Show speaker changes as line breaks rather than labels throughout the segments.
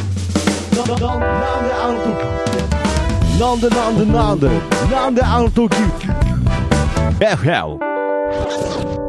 なんであの時なんでなんでなんでなんであの時 FM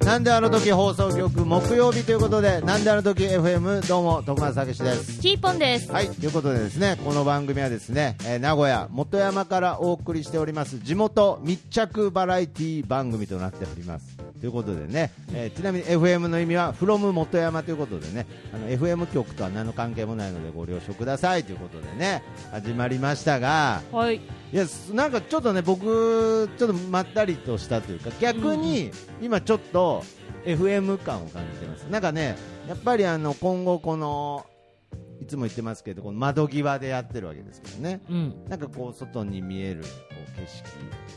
なんであの時放送局木曜日ということで、なんであの時 FM どうも徳松武史です。
キーポンです。
はい、ということでですね、この番組はですね、えー名古屋元山からお送りしております地元密着バラエティ番組となっております。ということでね、えーちなみに FM の意味は from 元山ということでね、あの FM 局とは何の関係もないのでご了承くださいということでね、始まりましたが、
はい。
いやすなんかちょっとね僕、ちょっとまったりとしたというか逆に今、ちょっと FM 感を感じてますなんかねやっぱりあの今後、このいつも言ってますけどこの窓際でやってるわけですけどね
うん。
なんかこう外に見えるこう景色、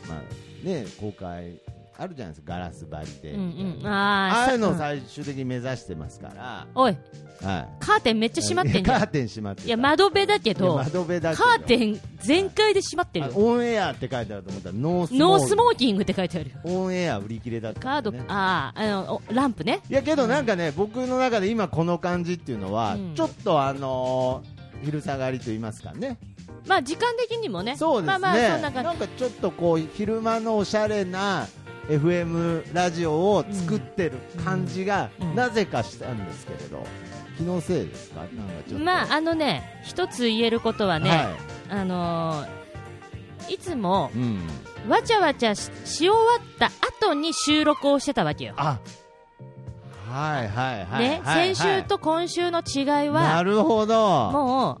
まあね、公開あるじゃないですかガラス張りで
う
みたいな、
んうん。
あ
ああ。
あいうのを
さ。
最終的に目指してますから。
おい、
はい
カーテンめっちゃ閉まってんじ
カ
ゃん。
ー
い
テン閉まってた
や、窓辺だけ
いや
ど、
窓辺
カ
だけど
ーテン全開で閉まってる
あ
よ。
オンエアって書いてあると思ったらノースモーキング
ノースモーキングって書いてあるよ。
オンエア売り切れだった、ね、
カード、ああ、あの、おランプね。
いやけどなんかね、僕の中で今この感じっていうのは、
うん
ちょっとあのー昼下がりと言いますかね。
まあ、時間的にもね。
そうですね。
まあまあ、そん
な
な感
んかちょっとこう昼間のおしゃれな FM ラジオを作ってる感じが
うんうん
なぜかしたんですけれど、気のせいですか？なんかち
じ。
ょっと。
まあ、あのね、一つ言えることはね、
は
あのー、いつも
い。うん。
わちゃわちゃしし終わった後に収録をしてたわけよ、
あ、はいはいはい、
ね
はいはい
先週と今週の違いは
なるほど。
もう、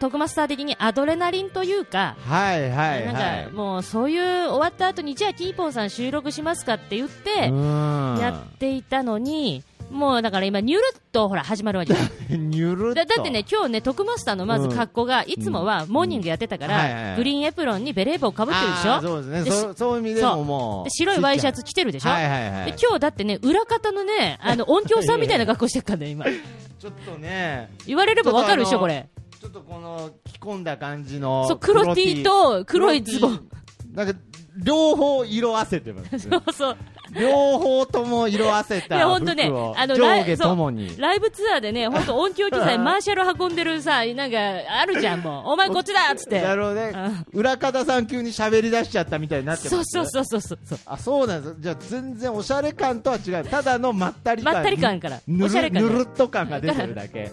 徳マスター的にアドレナリンというか、
はいはいはい。
なんかもうそういう終わった後に、じゃあキーポンさん収録しますかって言って、
うん
やっていたのに、もうだから今、ニュルっとほら始まるわけ
にゅるっと
だだってね、今日ね、徳マスターのまず格好が、いつもはモーニングやってたか
うんはいはいは
ら、
い
グリーンエプロンにベレー帽かぶってるでし
あー
ょ、
そうですね
で
そうそういう意味で
そう
ももう
で白いワイシャツ着てるで
で
しょ。
はいはいは
で
い
今日だってね、裏方のね、あの音響さんみたいな格好してるからね、今。
ちょっとね
言われればわかるでしょ、これ。
ちょっとこの着込んだ感じの
そう、黒 T と黒いズボ
黒
ン。
T なんか両方色あせてます
そうそう。
両方とも色あせた
いやほん
服
とね
を
あの
上下ともに
ライブツアー でね、本当音響機材、マーシャル運んでるさ、なんか、あるじゃん、も う。お前こっちだっつって。
なるほどね裏方さん急に喋り出しちゃったみたいになってます
そうそうそうそうそうそう。
あそうなんですじゃあ全然おしゃれ感とは違うただのまったり感
まったり感から
ぬ
おしゃ
る
れ感
ぬ
から
るっと感が出てるだけ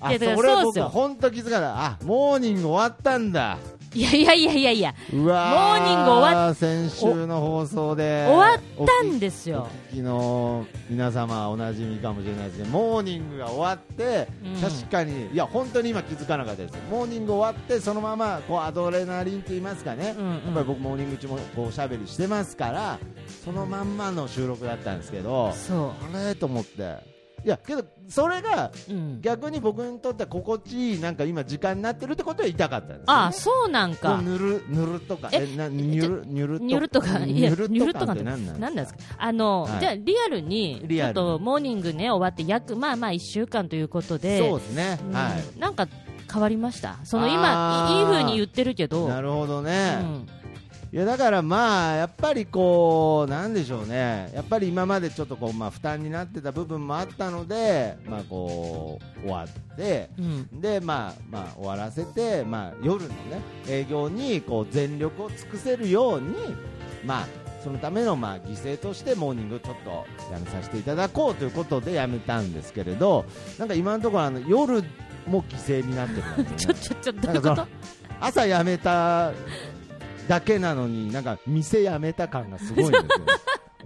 あ
いやだから
それは
そうっす
僕
よ
本当気づかないあモーニング終わったんだ
いやいやいやいやいや、
うわ
モーニング終わ
っ先週の放送で
終わったんですよ。
お聞きの皆様おなじみかもしれないですけどモーニングが終わって、
うん
確かにいや本当に今気づかなかったですモーニング終わってそのままこうアドレナリンって言いますかね、
うんうん
やっぱり僕モーニング中もこうおしゃべりしてますからそのまんまの収録だったんですけど
そ
あれと思っていやけどそれが
う。うん。
逆に僕にとっては心地いいなんか今時間になってるってことは言いたかったんですよね、
ああ、そうなんか。
ぬるぬるとか
え
えなにゅるにゅる
ニュルとか、い
に
や、
ゅ
ニュ
る
ル
とか
とか
っ
ってて
何な
何なんん
ですか
なんですかあの、
はい
じゃあリアルに、
リ
ち
ア
ょ
ル
っ
に
とモーニングね、終わって約、まあまあ1週間ということで、
そうですね
うん
は
なんか変わりましたその
あ
今
ー
いいい風に言ってるけ
い
ど
なるほど
う
ね
ん
いやだからまあやっぱりこうなんでしょうねやっぱり今までちょっとこうまあ負担になってた部分もあったのでまあこう終わって
うん
でまあまあ終わらせてまあ夜のね営業にこう全力を尽くせるようにまあそのためのまあ犠牲としてモーニングをちょっとやめさせていただこうということでやめたんですけれどなんか今のところあの夜も犠牲になってるなってね
ちょちょちょどう
ないん
うこ
かその
と
朝やめただけなのになんか店やめた感がすごいんですよ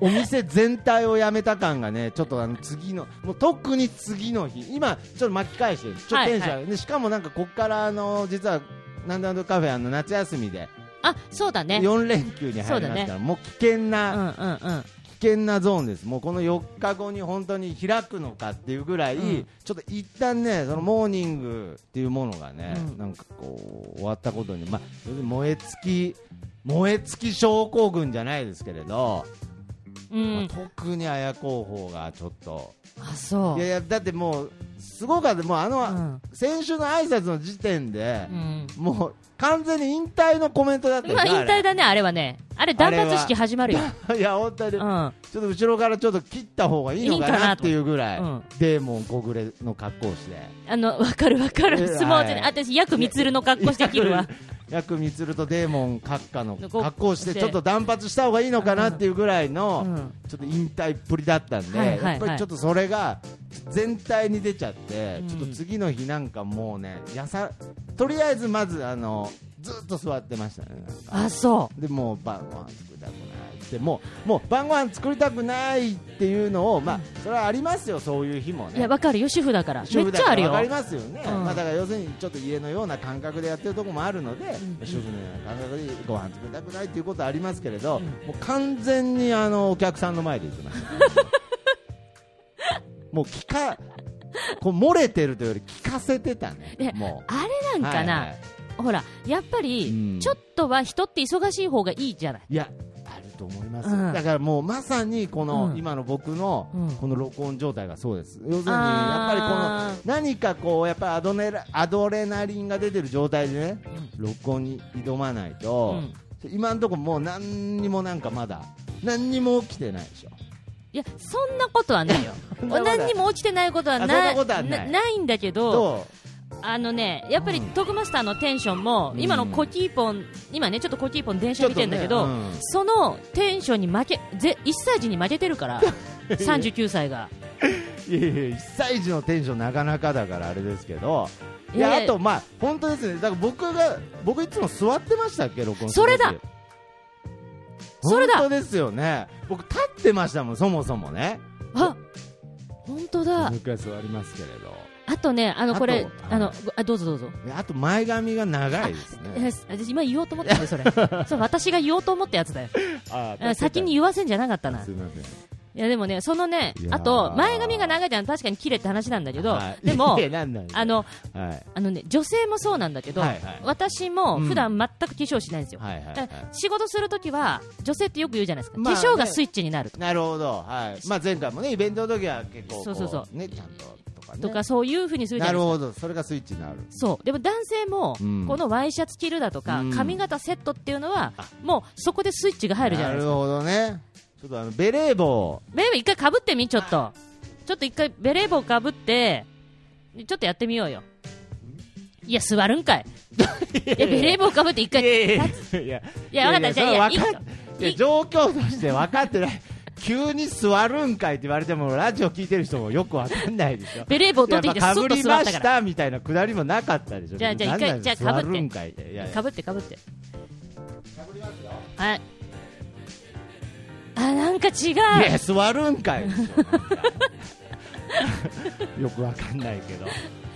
お店全体をやめた感がねちょっ とあの次のもう特に次の日今ちょっと巻き返してるちょっとテンション上がる、でしかもなんかこっからあの実はなんだなんだカフェあの夏休みで
あそうだね
4連休に入り
そうだ
ます
ね
から、もう危険
うん
な、
うんうん
危険なゾーンです、もうこの4日後に本当に開くのかっていうぐらい、
うん
ちょっと一旦ね、そのモーニングっていうものがね、
うん
なんかこう、終わったことに、まあ、それで燃え尽き、燃え尽き症候群じゃないですけれど、
う
まあ
ん。
特に綾候補がちょっと
あ、そ
いやいやだってもうすごかったもうあの、
う。うん。
先週の挨拶の時点で
う、ん。
もう完全に引退のコメントだったよ
まあ、引退
だ
だね、あれはね。あれ、断髪式始まるよ。
いや本当に、
う
ち
ん。うん。
ょっと後ろからちょっと切った方がいいのか
いいか
な
な
っ
と
ていうぐらい、
あ
デーモン小暮の格好をして
の、わかるわか
え
る。相撲で、
はい
私、ヤクミツルの格好して切 るわ。
薬満とデーモン閣下の
こう
格好をしてちょっと断髪した方がいいのかなっていうぐらいの、
うん。
ちょっと引退っぷりだったんで、
はいはいはい
やっぱりちょっとそれが全体に出ちゃって、
うん
ちょっと次の日なんかもうねやさとりあえずまずあのずっと座ってましたねなんか
あ、そ
でもう晩ご飯作りたくないってもうもう晩ご飯作りたくないっていうのを、まあそれはありますよそういう日も
う。いや、
ね。
わかるよ。主婦だから。め
主
っ
婦
ち
だ
ゃ
か
ある
ら
よ
わか。りますよね、
うん
まあ、だから要するにちょっと家のような感覚でやってるとこもあるので、
うん
主婦のような感覚でご飯作りたくないっていうことはありますけれど、
うん
もう完全にあのお客さんの前で言ってました、 もう聞かこう漏れてるというより聞かせてたね
で
もう
あれなんかな、
はいはい
ほら、やっぱり、
うん
ちょっとは人って忙しい方がいいじゃない。
いや、あると思います、
うん
だからもうまさにこの、
うん
今の僕の
うん
この録音状態がそうです、要するにやっぱりこの
あー
何かこうやっぱアドネラアドレナリンが出てる状態でね、録音に挑まないと、
うん
今のところもう何にもなんかまだ、何にも起きてないでしょ、
いや、そんなことはないよ。
そんなことはない
何にも落ちてないことは
あそん
な
なことはない
ないんだけど、
ど
あのね、やっぱり
うん
トークマスターのテンションも、
うん
今のコキーポン、今ね、ちょっとコキーポン電
う
車見てんだけど、
ね
そのテンションに負け、ぜ1歳児に負けて るから、39歳が。
うんいやいやいや1歳児のテンションなかなかだからあれですけど。い
い
や
やい
あ
や
と、まあ本当ですね、だから僕が僕いつも座ってましたっけ、録音する
それだ
時
それだ
本当ですよね、僕、立ってましたもん、そもそもね、
あ本当だ
もう。一回座りますけれど、
あとね、あの、これ、
あと
あの
はい、
ごあどうぞどうぞ。
であと前髪が長いです
いや
ね、
私今言おうと思ったんだよ、そ れ。そう、私が言おうと思ったやつだよ。
あ
うん先に言わせんじゃなかったな。
す
い
みません
や、でもね、そのね
い、やー
あと、前髪が長いじゃん、確かに綺麗って話なんだけど
は、い
で も
い、やなんなんです
あの、
はい
あのね、女性もそうなんだけど、
はいはい
私も普段全く化粧しないんですよ。
はいはいはい
だから仕事するときは、女性ってよく言うじゃないですか。
まあね
化粧がスイッチになるとか、
なるほど、はいまあ、前回もね、イベントの時は結構こ、
そうそうそう
ね、ちゃんととかね、
とかそういうふうにするじゃな
ない
で
る
すか。
ほど、それがスイッチになる、
そう。でも男性も
うん、
このワイシャツ着るだとか、
うん
髪型セットっていうのは
あ、
もうそこでスイッチが入るじゃないです
なる
か。
ほどね、ちょっとあのベレー帽、
ベレー帽一回かぶってみ、ちょっと。ちょっと一回ベレー帽かぶって、ちょっとやってみようよ。いや、座るんかい。いや、ベレー帽かぶって一回。
い
い
やいや
や、わかった、じゃあ、いや、いい
それは分か
よ
っいや状況として分かってない急に座るんかいって言われてもラジオ聞いてる人もよく分かんないでしょ
ベレー帽取って
や
き、
ってぱ
そ
かぶ
っと
り
座
ま
ったか
し
ら。
たみたいなくだりもなかったでしょ
じゃあじゃ
な
あ
んなん
一回じゃあ被っ
座
て
るんかいっていやいや
かぶってかぶってはいあなんか違
いや
う
座るん かいでしょなんかよくわかんないけど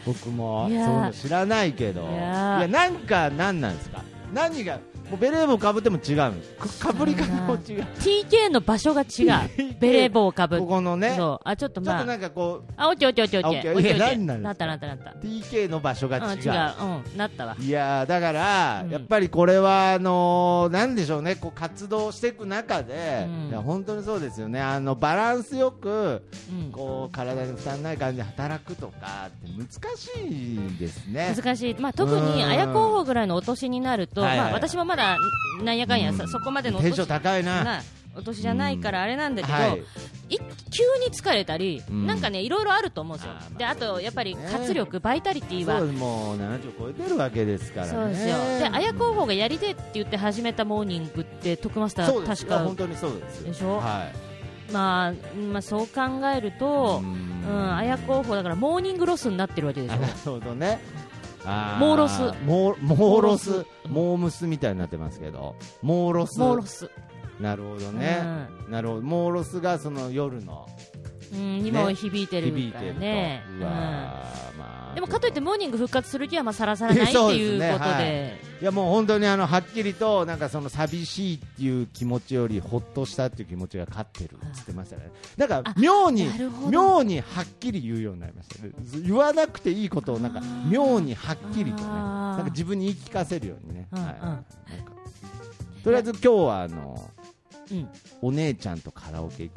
僕も
い
そうい
やー
うの知らないけどい
いや
や
ー
なんか何なんですか何がもうベレー帽かぶっても違うんですかかぶり方も違う
TK の場所が違うベレー帽をかぶっ
ここのねちょっ
そうあちょっと
と
まあ
なんかこ
あオッケーオッケーオッケーオッケー
あ
オ
オッケ
ッケ
ー
ー
い
オ
や
ッケー
何なんですか
なったなったなった
う TK の場所が
うん違ううんなったわ
いやーだから、
うん
やっぱりこれはあのーなんでしょうねこう活動していく中で、
うん
いや本当にそうですよねあのバランスよく
うん
こう体に負担ない感じで働くとかって難しいですね。
難しいまあ特に
うん
綾候補ぐらいのお年になると
はいはい
まあ私もまだなんやかんや
う
さ
ん
そこまでのお
テンション
年
高いな。
なお年じゃないからあれなんだけど、
はい、
い急に疲れたり、
うん
なんかねいろいろあると思うんですよ
あー、まあ
であとやっぱり
そうですね
活力、バイタリティ
そ
は
うもう70超えてるわけですからね。
そうですよ、で綾候補がやりてえって言って始めたモーニングって、徳マスタ
そう
ー、
です
確
いや
か
本、当にそうです。
でしょ
はい。
まあまあ、そう考えると、
ん
うん、綾候補だからモーニングロスになってるわけでし
あ
ょ
なる、ほどね。あー
モーロス
モーモーロス
モーロス
モームスみたいになってますけど。モーロス。
モーロス、
なるほど
うん
ね。なるほど。モーロスがその夜の
うん、にも響いて
響い
るか
て
ら
ると。
ね。
うわーま
う
あ。
んでもかといって
い
モーニング復活する気はまあさらさらな いっていうことで、
やもう本当にあのはっきりとなんかその寂しいっていう気持ちよりほっとしたっていう気持ちが勝ってるっつってましたね。だから
あ
妙に
なるほど
妙にはっきり言うようになりましたね。言わなくていいことをなんか
あー
妙にはっきりとね。
あ
な
ー
んか自分に言い聞かせるようにね。
うん
は
うん
い。なんかとりあえず今日はあの
うん
お姉ちゃんとカラオケ行く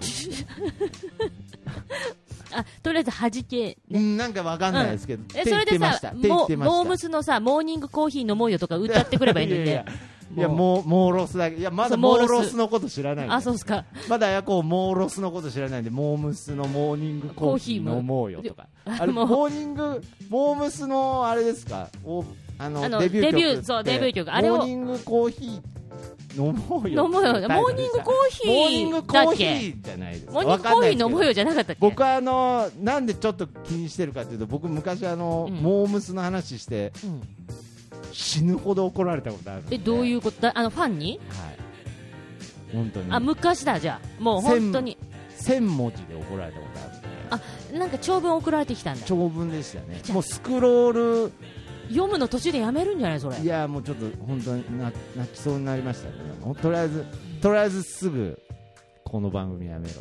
あとりあえず弾け
うんなんかわかんないですけど、
え
手
そ
言
れ
って
で
ました
さ
手言
モ
ってました
モームスのさモーニングコーヒー飲もうよとか歌ってくればいいのに
いや
ね
いいやもうモーロスだけいやま
そ
だ
うモ
モ
ーロ
ー
ス
ロスのこと知らないんで
あそうっすか
まだやこうモーロスのこと知らないんでモームスのモーニングコーヒ
コーヒー
ー
も
飲もうよとかあ
あ
れ
もう
モーニングモームスのあれですかおあの
あの
デビュー曲
デビューそう
って
デビュー曲あれを
モーニングコーヒー飲もう
飲
よ
もうよモーニングコーヒ
モーニング
ー
コ
だっ
ーヒ
け
ーじゃないですか
モーニングコーヒー飲もうよじゃなかったっけ
僕はあのなんでちょっと気にしてるかというと僕昔あの、
うん
モームスの話して
うん
死ぬほど怒られたことあるんで、
えどういううことだあのファンに
はい、本当に
あ昔だじゃあもう本当に
千文字で怒られたことあるんで
なんか長文送られてきたんだ
長文でしたねもうスクロー
読むの途中でやめるんじゃないそれ
ルいやもうちょっと本当にな泣きそうになりましたねもうとりあえずとりあえずすぐこの番組やめろ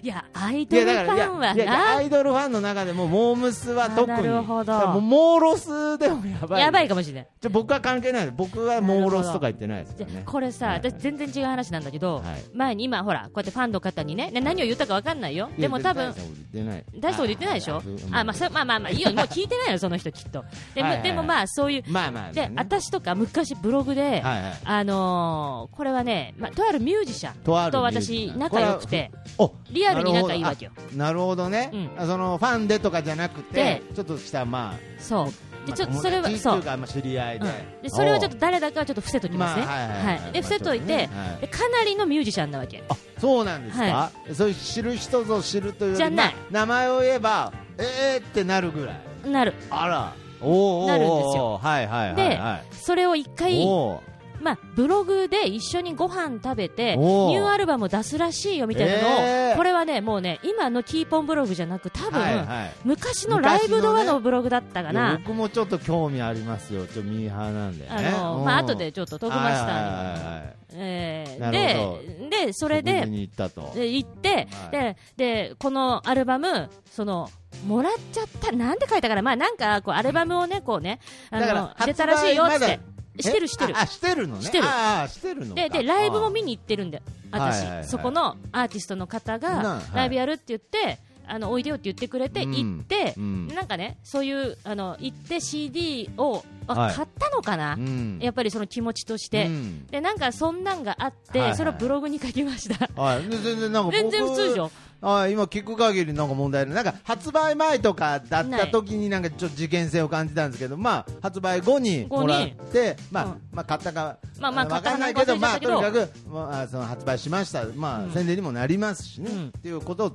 いやアイ
い
ドル
や
フ
だからい
ァン
や
はい
やいやア
な
イドルファンの中でもモームスは特
あ
に
なるほど
だからもうモーロスでもやばい
やばいかもしれない
じゃあ僕は関係ないです僕はモーロスとか言ってないです
じ
よ
ゃ
ね
あこれさ、
はい
私全然違う話なんだけど、
はい
前に今ほらこうやってファンの方にねね何を言ったかわかんないよ
いや
でも多分
大したこと言ってない
大したこと言ってないでしょ
あ
あ、まあ、そまあまあまあいいよもう聞いてないよその人きっと
はい
でも
はいはい
でもまあそういう
まあまあ
で
ね
私とか昔ブログで、
はいはい
あのーこれはね、まあ、とあるミュージシャン
とある
と
ミュージ
私
シャン
仲良くて
お
リアルに仲いいわけよ
なるほどね、
うん
あそのファンでとかじゃなくてちょっとしたまあ
そうで
まあ
ちょっと
友
それは
達って
そ
いううかまあ知り合いで,、
うんでそれはちょっと誰だかはちょっと伏せと
お
きますね、
まあはいはいはい
で伏せといて、
まあ
でかなりのミュージシャンなわけ
そうなんですか、
は
そういう知る人ぞ知るというより
じゃない
まあ名前を言えばえーってなるぐらい
なる
あらおーおーおー
なるんですよ
はいはいはい
で
はい
それを一回、
おー
まあ、ブログで一緒にご飯食べてニ
おー
ューアルバムを出すらしいよみたいなのを、
えー
これはねもうね今のキーポンブログじゃなく多分、
はいはい
昔のライブドア
昔の
のブログだったか
いや
な、
僕もちょっと興味ありますよちょっとミーハーなんでね
あの
うん
まあ後でちょっとトグマスターに
はいはいはいはい
え
な
ー
るほ
ででそれ
食
で
事に行ったと
で行って、
はい
ででこのアルバムそのもらっちゃったなんて書いたからまあなんかこうアルバムをねこうねあ
だから
の出たらしいよっ
発売
てしてるしてる
えああしてるのね
してる
ああしてるのか
ででライブも見
あ
に行ってるんだよ、私、
はいはいはい
そこのアーティストの方
なは
が
い
ライブやるって言って、あのおいでよって言ってくれて
うん
行って、
うん
なんかね、そういうあの行って CD をあ、
はい
買ったのかな、
あうん
やっぱりその気持ちとして、
うん
でなんかそんなんがあって、
はいはい
それをブログに書きました。
はいで全然なんか僕
全然普通でしょ
あ今聞く限りなんか問題ないなんか発売前とかだった時になんかちょっと事件性を感じたんですけどまあ発売後に
後
も
に
らってまあ、
うん
まあ買ったか
まあまあ
わからない
買
け
っ
どまあ
たかは忘れち
と
ゃ
に
った
か
け
くまあその発売しましたまあ、
うん
宣伝にもなりますしね、
うん
っていうことを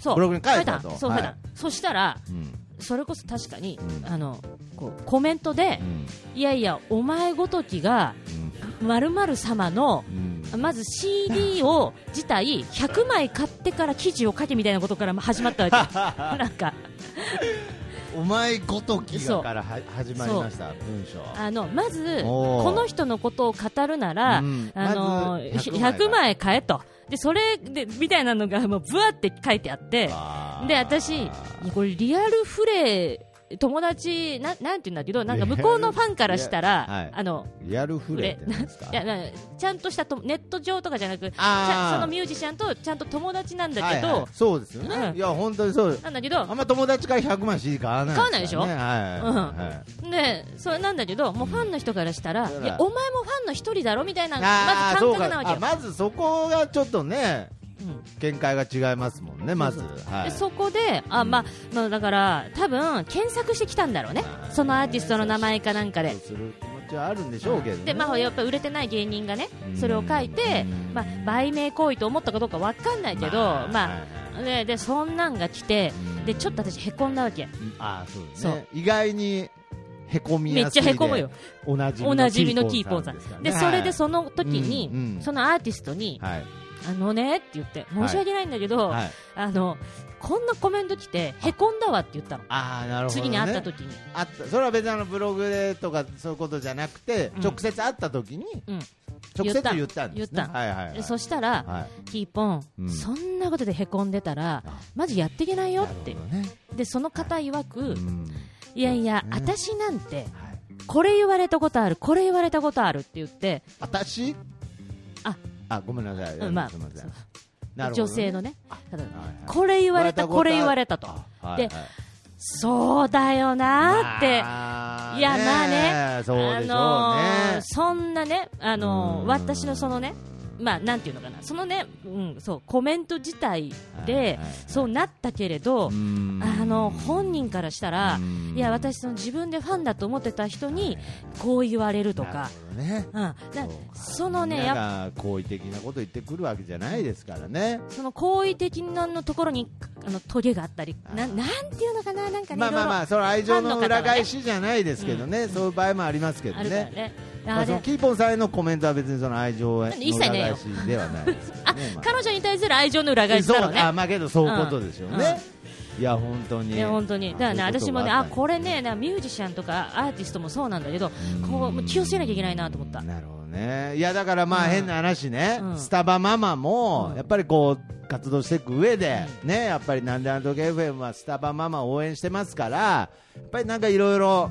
そう
ブログに書いたと
そう、
はい
書いたそしたら
うん
それこそ確かに、
うん
あのこうコメントで
う、ん
いやいやお前ごときがまるまる様の
うん
まず CD を自体100枚買ってから記事を書けみたいなことから始 まったわけなんか
お前ごとき
そう
がからは始まりました文章
あのまず
おー
この人のことを語るなら、
うん
あ
ま
の
ず
ひ
100枚
100枚買えとでそれでみたいなのがもうぶわって書いてあって
あー
で私これリアルフレ友達ななんて言うんだけどなんか向こうのファンからしたら、
リアルはい
あの
リアルフレってなんですか
いやなちゃんとしたとネット上とかじゃなくち
あー
ゃそのミュージシャンとちゃんと友達なんだけど、
はいはいそうですよね、
うん
いや本当にそうです
なんだけど
あんま友達から100万 CD 買わないすからね
買
はいはいはい
でそれなんだけどもうファンの人からしたら、
うん
いやお前もファンの一人だろみたいなま
あ
ず
ーそ
感
うか
覚なわけよ
あまずそこがちょっとね
うん
見解が違いますもんねまず
そう
はい
でそこであ、まあまあ、だから多分検索してきたんだろうね
はい
そのアーティストの名前かなんかで
そうする気持ちはあるんでしょうけどね、
で、まあ、やっぱ売れてない芸人がね
うん
それを書いて
う、ん
まあ、売名行為と思ったかどうか分かんないけど、まあ
はいはい
ね、でそんなんが来て
うん
でちょっと私へこんだわけ
あーそうです
そう
ね意外にへこみ
めっ
やす
ち
い
ゃ
で
へこむよ
おなじみ
おなじみのキーポンさん
ですからね
でそれでその時に、
うんうん
そのアーティストに、
はい
あのねって言って申し訳ないんだけど、
はい
あのこんなコメント来てへこんだわって言ったの、
ああなるほど、ね、
次に会った時に、
あったそれは別にあのブログでとかそういうことじゃなくて、
うん
直接会った時に、
うん
直接言ったん
言
で
っ
すね
た
はいはいはい
そしたら、
はい
キーポン、
うん
そんなことでへこんでたら
あ
マジやっていけないよって、
なるほどね
でその方曰く、
うん
いやいや、
ね
私なんて
はい、
これ言われたことあるこれ言われたことあるって言って
私
あ
あごめんなさい、
うんまあ
すみません
そう
なるほどね
女性のね方が
はいはい
これ言われたこれ言われたと
あはい
で
はい
そうだよなーって、
まあ
いやまあね
そうでしょうね、
あのーそんなね、あのー
うん
私のそのね、まあ、なんていうのかな、そのね、うん、そう、コメント自体で、
はいはいはい
そうなったけれど、あの本人からしたら、いや、私、その自分でファンだと思ってた人に、こう言われるとか、
なるほどね
うん、だそのね、やっぱ
なんか好意的なこと言ってくるわけじゃないですからね。
その好意的なのところに、あのトゲがあったり、ななんていうのかな、なんかね、
まあまあま
い
あ、その愛情
ファ
の
ンの方は
裏
ね
返しじゃないですけどね、そういう場合もありますけ
ろいろ
ど
あるから
ね。
ね。
まあ、
あ
そ
れ
のキーポンさんへのコメントは別にその愛情の裏
一切ねえ
返
よ
しではないですけど
あ
ね。まあ
彼女に対する愛情の裏返しだろう
そうあ
ね。
まあけどそういうことでしょうね。いや本当に。
ね、本当にだからね、
そういうこ
私
と
もね、
が
あ
ったり
これね、なミュージシャンとかアーティストもそうなんだけど、こうもう気をつけなきゃいけないなと思った、
なるほどね。いやだからまあ
うん
変な話ね、
うん
スタバママも
うん
やっぱりこう活動していく上で、ねやっぱりなんであの時 FM はスタバママを応援してますから、やっぱりなんかいろいろ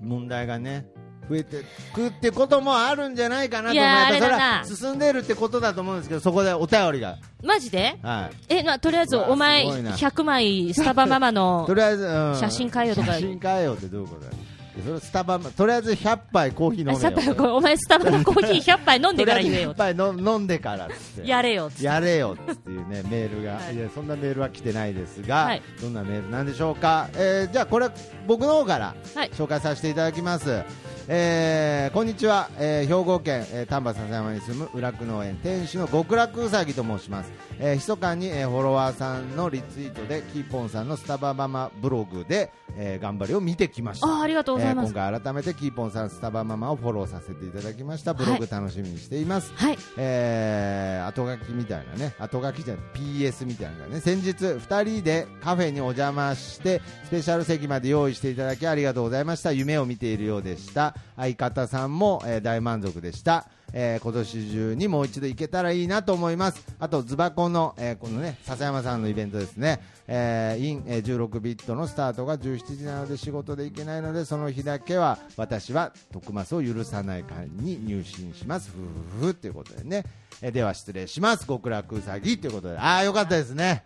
問題がね。増えてくってこともあるんじゃないかなと思
い
やっ
やー
ぱりそれ
あれだ
は
な
進んでるってことだと思うんですけどそこでお便りが、
マジで
は
え、まあ、とりあえず、
うわ
お前、
すごいな
100枚、スタバママ
い、
の
とりあえず、うん
写真変えようとか
写真変えようってどういうことだよいやそれスタバマとりあえず100杯コーヒー飲め
あ
よ
100杯これお前、スタバのコーヒー100杯飲んでから言えよ、
とりあえず一杯飲飲んでからっつって
やれよっつって
やれよっていうねメールが、、
はいい
やそんなメールは来てないですが、
はい
どんなメールなんでしょうか、えーじゃあこれ僕の方から
はい
紹介させていただきます、えーこんにちは、えー兵庫県、えー丹波篠山に住む浦久農園店主の極楽うさぎと申します、えー、密かに、えーフォロワーさんのリツイートでキーポンさんのスタバママブログで、えー頑張りを見てきました
あありがとうございます
えー今回改めてキーポンさんスタバママをフォローさせていただきましたブログ楽しみにしています、
はい、
えー後書きみたいなね後書きじゃない PS みたいなのがね先日2人でカフェにお邪魔してスペシャル席まで用意していただきありがとうございました夢を見ているようでした相方さんも、えー大満足でした、えー今年中にもう一度行けたらいいなと思いますあとズバコの、えーこのね笹山さんのイベントですね、えーイン、えー16ビットのスタートが17時なので仕事で行けないのでその日だけは私は徳マスを許さない会に入信しますふふふふということでね、えーでは失礼します極楽うさぎということでああよかったですね、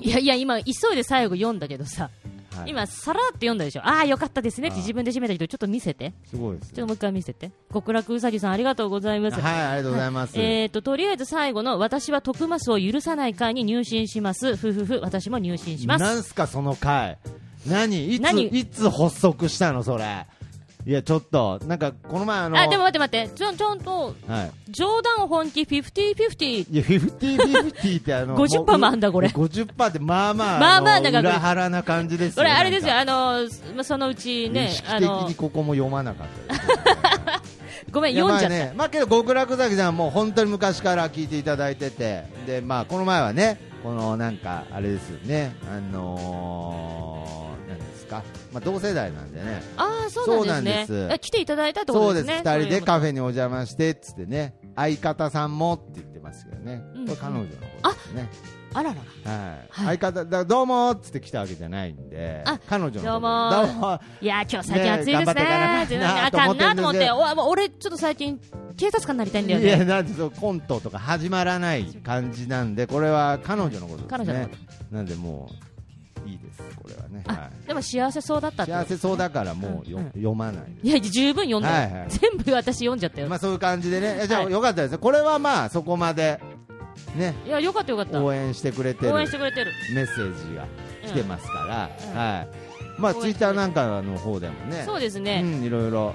いやいや、今、急いで最後読んだけどさ、
はい、
今、さらって読んだでしょ、ああ、よかったですねって自分で締めたけど、ちょっと見せて、
すごいです
ちょっと
ね
もう一回見せて、極楽うさぎさん、ありがとうございます。
はいありがとうございます、
えー、ととりあえず最後の私は徳マスを許さない会に入信します、ふふふ、私も入信します。
なんすかその回何いつ
何
いつ発足したのそれいやちょっとなんかこの前あの
あでも待って待って、ちゃんちゃんと
はい
冗談本気50-50、
いや、フィフティフィフティってあ の、
50%もあんだこれ
50%ってまあまあ、
まあまあだ
の
からこれ
裏腹な感じですよ
これ、あれですよ、
なんか
あのーまそのうちね
意、識
あ
的
の
にここも読まなかったです
ごめん、
いや
読んじ
まあ
ゃった、
ね、まあけど極楽崎さんはもう本当に昔から聞いていただいててでまあこの前はねこのなんかあれですよねあのー、なんですかまあ同世代なんでね
ああ、そうなんですね、
そうなんです
あ来ていただいたってこ
そう
と
で
ですすね、
2人で
か
カフェにお邪魔してっつってね相方さんもって言ってますけどね、
うん
これ彼女のことですね
あららら、
はい、
はい
相方だどうもーっつって来たわけじゃないんで
あ
彼女の
どうも
ど
ー
うもー
いやー、今日最近暑いです
ね頑
ね、
張っていかなきゃな
あかんなと思っ
と思ってるんです
て、
よ
おわもう俺、ちょっと最近、警察官になりたいんだよ
いや
ね、
なんでそうコントとか始まらない感じなんでこれは彼女のことですね
彼女のこ
なんでもういいですこれはね、
あ
は
でも幸せそうだったっ
い、
て
幸せそうだからもうよ、
うんうん
読まないで
いや、十分読んだよ、
はいはい
全部私読んじゃったよ、
すまあそういう感じでねえじゃあ、
はい
よかったですねこれはまあそこまでね
いや、よかったよかった、応
応援してくれてる
援してくれてる。
メッセージが来てますから、
うん
はいまあ
応援してくれて
ツイッターなんかの方でもね
そうです
う
ね、
ん、いろいろ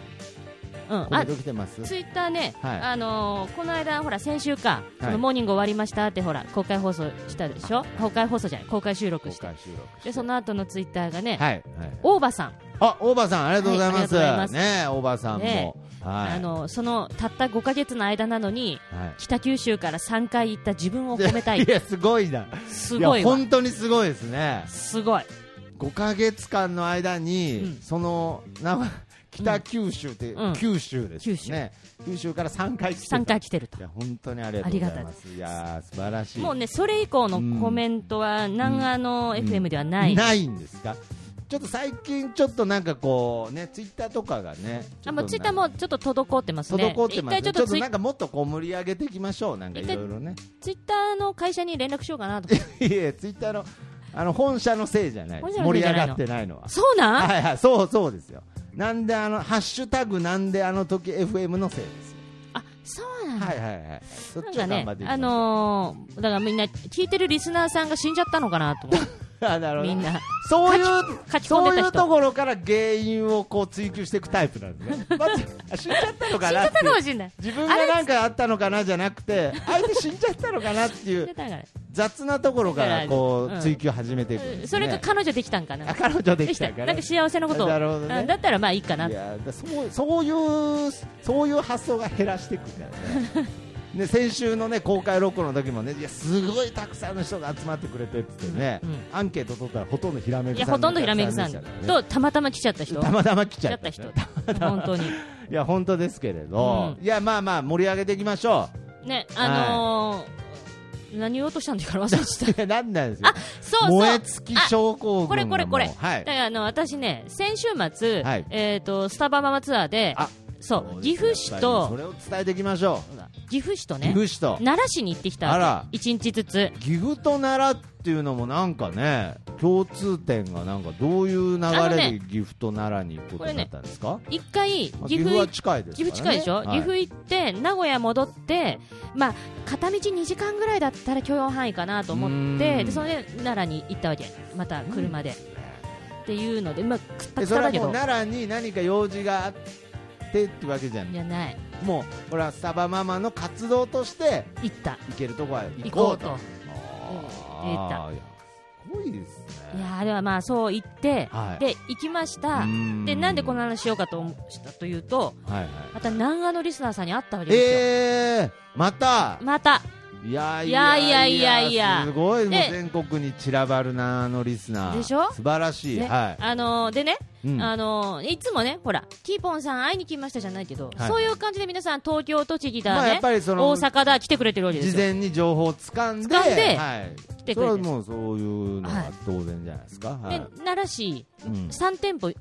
うん、
コメ
あ
ント来てます
ツイッターね、
はい
あのーこの間、ほら先週か、そ
はい
のモーニング終わりましたってほら公開放送したでしょ、公開放送じゃない、公開収録
公
して、
開収録して
でその後のツイッターがね、
はい、はい、
大場さん、
あ大場さんありがとうございます,、
はいありがとうございます
ねえ大場さんも、
ね
はい
あのーそのたった5か月の間なのに、
はい
北九州から3回行った自分を褒めたい、
やす ごいな
すごい
や
わ、
本当にすごいですね
すごい、
5か月間の間に、
うん
そのな北九州って、
うん
九州ですね九州から3回来てた
3回来てると
い。や本当にありがとうございますいやー素晴らしい
もうね、それ以降のコメントは、南アの FM ではない、
ないんですかちょっと最近、ちょっとなんかこうね、ツイッターとかがね、
あもうツイッターもちょっと滞ってますね
滞ってます、ね、
一回ちょっ
ちょ
と
っと
ツイ
なんかもっとこう盛り上げていきましょう、なんかいろいろね、
ツイッターの会社に連絡しようかなと思って
いえ、ツイッターのあの本社のせいじゃない、
本社のせ
盛
い
り
じゃ
上
な
が
いの
ってないのは、
そうなん
はいはい、そうそうですよ、なんであの、ハッシュタグなんであの時 FM のせいですよ、
あそうなんだ、
はいはいはい、そっ
なん
ち
か
を頑
ね
張っていきましょう、
あのー、だからみんな聞いてるリスナーさんが死んじゃったのかなと思っ て
あなるほど
みんな
そういう
書き書き込ん
そう
で
い
た
う
人
ところから原因をこう追求していくタイプなんですね。まずあ死んじゃったの
死ん
か
じ
な
ゃ
っ
ってた
い
か
う
もしれない
自分が何かあったのかなじゃなくて相手死んじゃったのかなってい
死んじゃ
う
ったから
雑なところからこ
う
うん追求始めていくんです、ね
それか彼女できたんかな
あ彼女で
で
き
きた
たから
なんか幸せなことを
なるほどね
うんだったらまあいいかない
やだそうそういうそういう発想が減らしていくから ねね先週のね公開録音の時もねいやすごいたくさんの人が集まってくれてって言ってね、
うんうん
アンケート取ったらほとんどひらめ
い
ぐさ
や
ん
ほとんどひらめぐさん
でしたからね
とたまたま来ちゃった人
たまたま来ち
来ち
ゃ
ゃ
っ
ったた
人
人本当に
いや本当ですけれど、
う
いやまあまあ盛り上げていきましょ
ねあのー何言おうとしたんだから忘れちゃっ
ういや なんなんですよ
たあそうそう
燃え尽き症候群がもう
これこれこれ、
は
だか
い
らあの私ね、先週末、
はい
えー、とスタバママツアーで
あ、
そう岐阜市
そ
と
れを伝えていきましょ
岐阜市と
う、
ね
岐阜市と
奈良市に行ってきた
あら
わけ、1日ずつ、
岐阜と奈良っていうのもなんかね共通点がなんかどういう流
あの
れで
ね
岐阜と奈良に行くことになったんですか、
1回
まあ岐
岐
阜
阜
は近いですか
岐
らね
阜近いでしょ、
は
岐阜行って、名古屋戻って、まあ、片道2時間ぐらいだったら許容範囲かなと思っ
うー
て、
ん
でそれで奈良に行ったわけ、また車で。っていうので、まあ、くった
え
く
それ
た
は
だけ
もう
ど、
奈良に何か用事があってってわけじゃん
じゃない、
もうこれはスタバママの活動として
行った、
行けるとこは行
行
こ
こ
う
う
と
と。
あーいやすごいです
い
ね
やーではまあそう言って、
はい
で行きました
うーん
でなんでこの話しようかと思うしたというと
はいはい
また南アのリスナーさんに会ったわけですよ、
えーまた
また
いやい
い
や
や
い
い
や
や
い
い
や
やいや
すごいもう
で
全国に散らばるなあのリスナー
でしょ
素晴らしい、
ね
は
あのーでね、
い、うん、
あのーいつもねほらキーポンさん会いに来ましたじゃないけど、
はい
そういう感じで皆さん東京栃木だ
まあやっ
ね、
ぱりそ
大
の
阪だ来てくれてるわけで
事
すよ
前に情報を掴んで
掴んで
はい、
来
そ
てく
れ
れ
は
てる
もうそういうの
は
はい当然じゃないですか、はい
で奈良市
うん
3店舗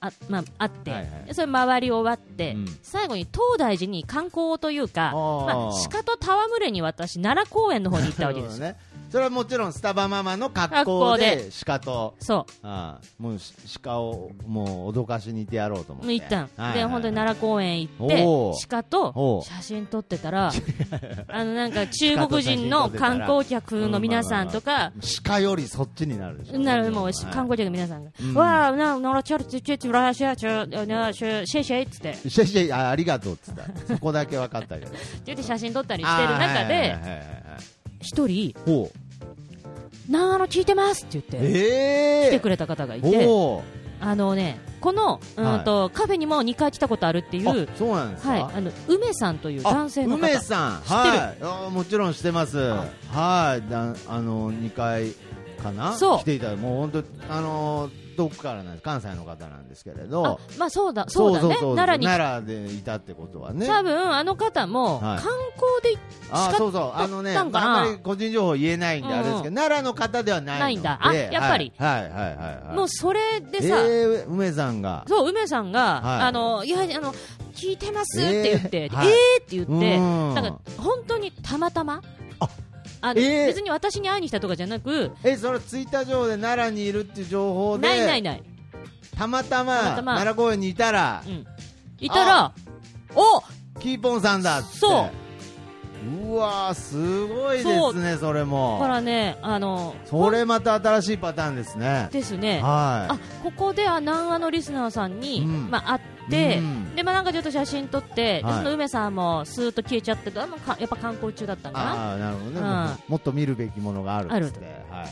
あ,、まあ、あって、
はいはい
でそれ回り終わって、
うん
最後に東大寺に観光というか
あー
まあ、鹿と戯れに私奈良公園の方に行ったわけで す
そう
よ
だねそれはもちろんスタバママの格好で
格
鹿と
そう
ああもうし鹿をもう脅かしにいてやろうと思って
行ったん、
はい
で
はい
本当に
はい
奈良公園行
お
っ
ー
て鹿
お
と
ー
写真撮ってた らあのなんか中国人の観光客の皆さんとか
鹿よりそっちになるでしょ
なるもう
はい
観光客の皆さんが
うん
「わあなならちょるちょちょちょらしゃちょなしょシェイシェイ」っつって
シェイシェイあありがとうっつったそこだけ分かったけど
言って写真撮ったりしてる中で
で
一人
ほう
「なあの聞いてます」って言って
ええ
来てくれた方がいて
おお
あのねこのうんとカフェにも2回来たことあるっていう
あそうなんですか、
はいあの梅さんという男性の
あ梅
方
さん
知ってる
はいあもちろん知ってますはいだあの二回かな
そう
来ていただいてもう本当あの遠くからなんです関西の方なんですけれど
あまあそうだそうだね奈良に来
奈良でいたってことはね
多分あの方も
はい
観光で行っ
あ
鹿
そうそうあのね
だったんかな
まああんまり個人情報言えないんで
うんうん
あれですけど、奈良の方ではないので
ないんだあやっぱり
はいはいはいはい、はい、
もうそれでさ、
えー、梅さんが
そう梅さんが、
はい
あのいやあの聞いてますって言って、
え
え
ー
ー
はい
って言って、
うん
なんか本当にたまたま
あ
あの
えー
別に私に会いに来たとかじゃなく、
えそのツイッター上で奈良にいるっていう情報で
ないないない、
たまたま
たまたま
奈良公園にいたら、
うん、いたらお
キーポンさんだっつって
そう
わーすごいですねそれも
だからねあの
それまた新しいパターンですね
ですね
は
あここであ南アのリスナーさんに、
うん
まあ、会って、
うん
でまあ、なんかちょっと写真撮って、で
はい
その梅さんもスーッと消えちゃってあもうかやっぱ観光中だったん
い
かな
ああーなるほどね、
うん
もうもっと見るべきものがあるっつってはいは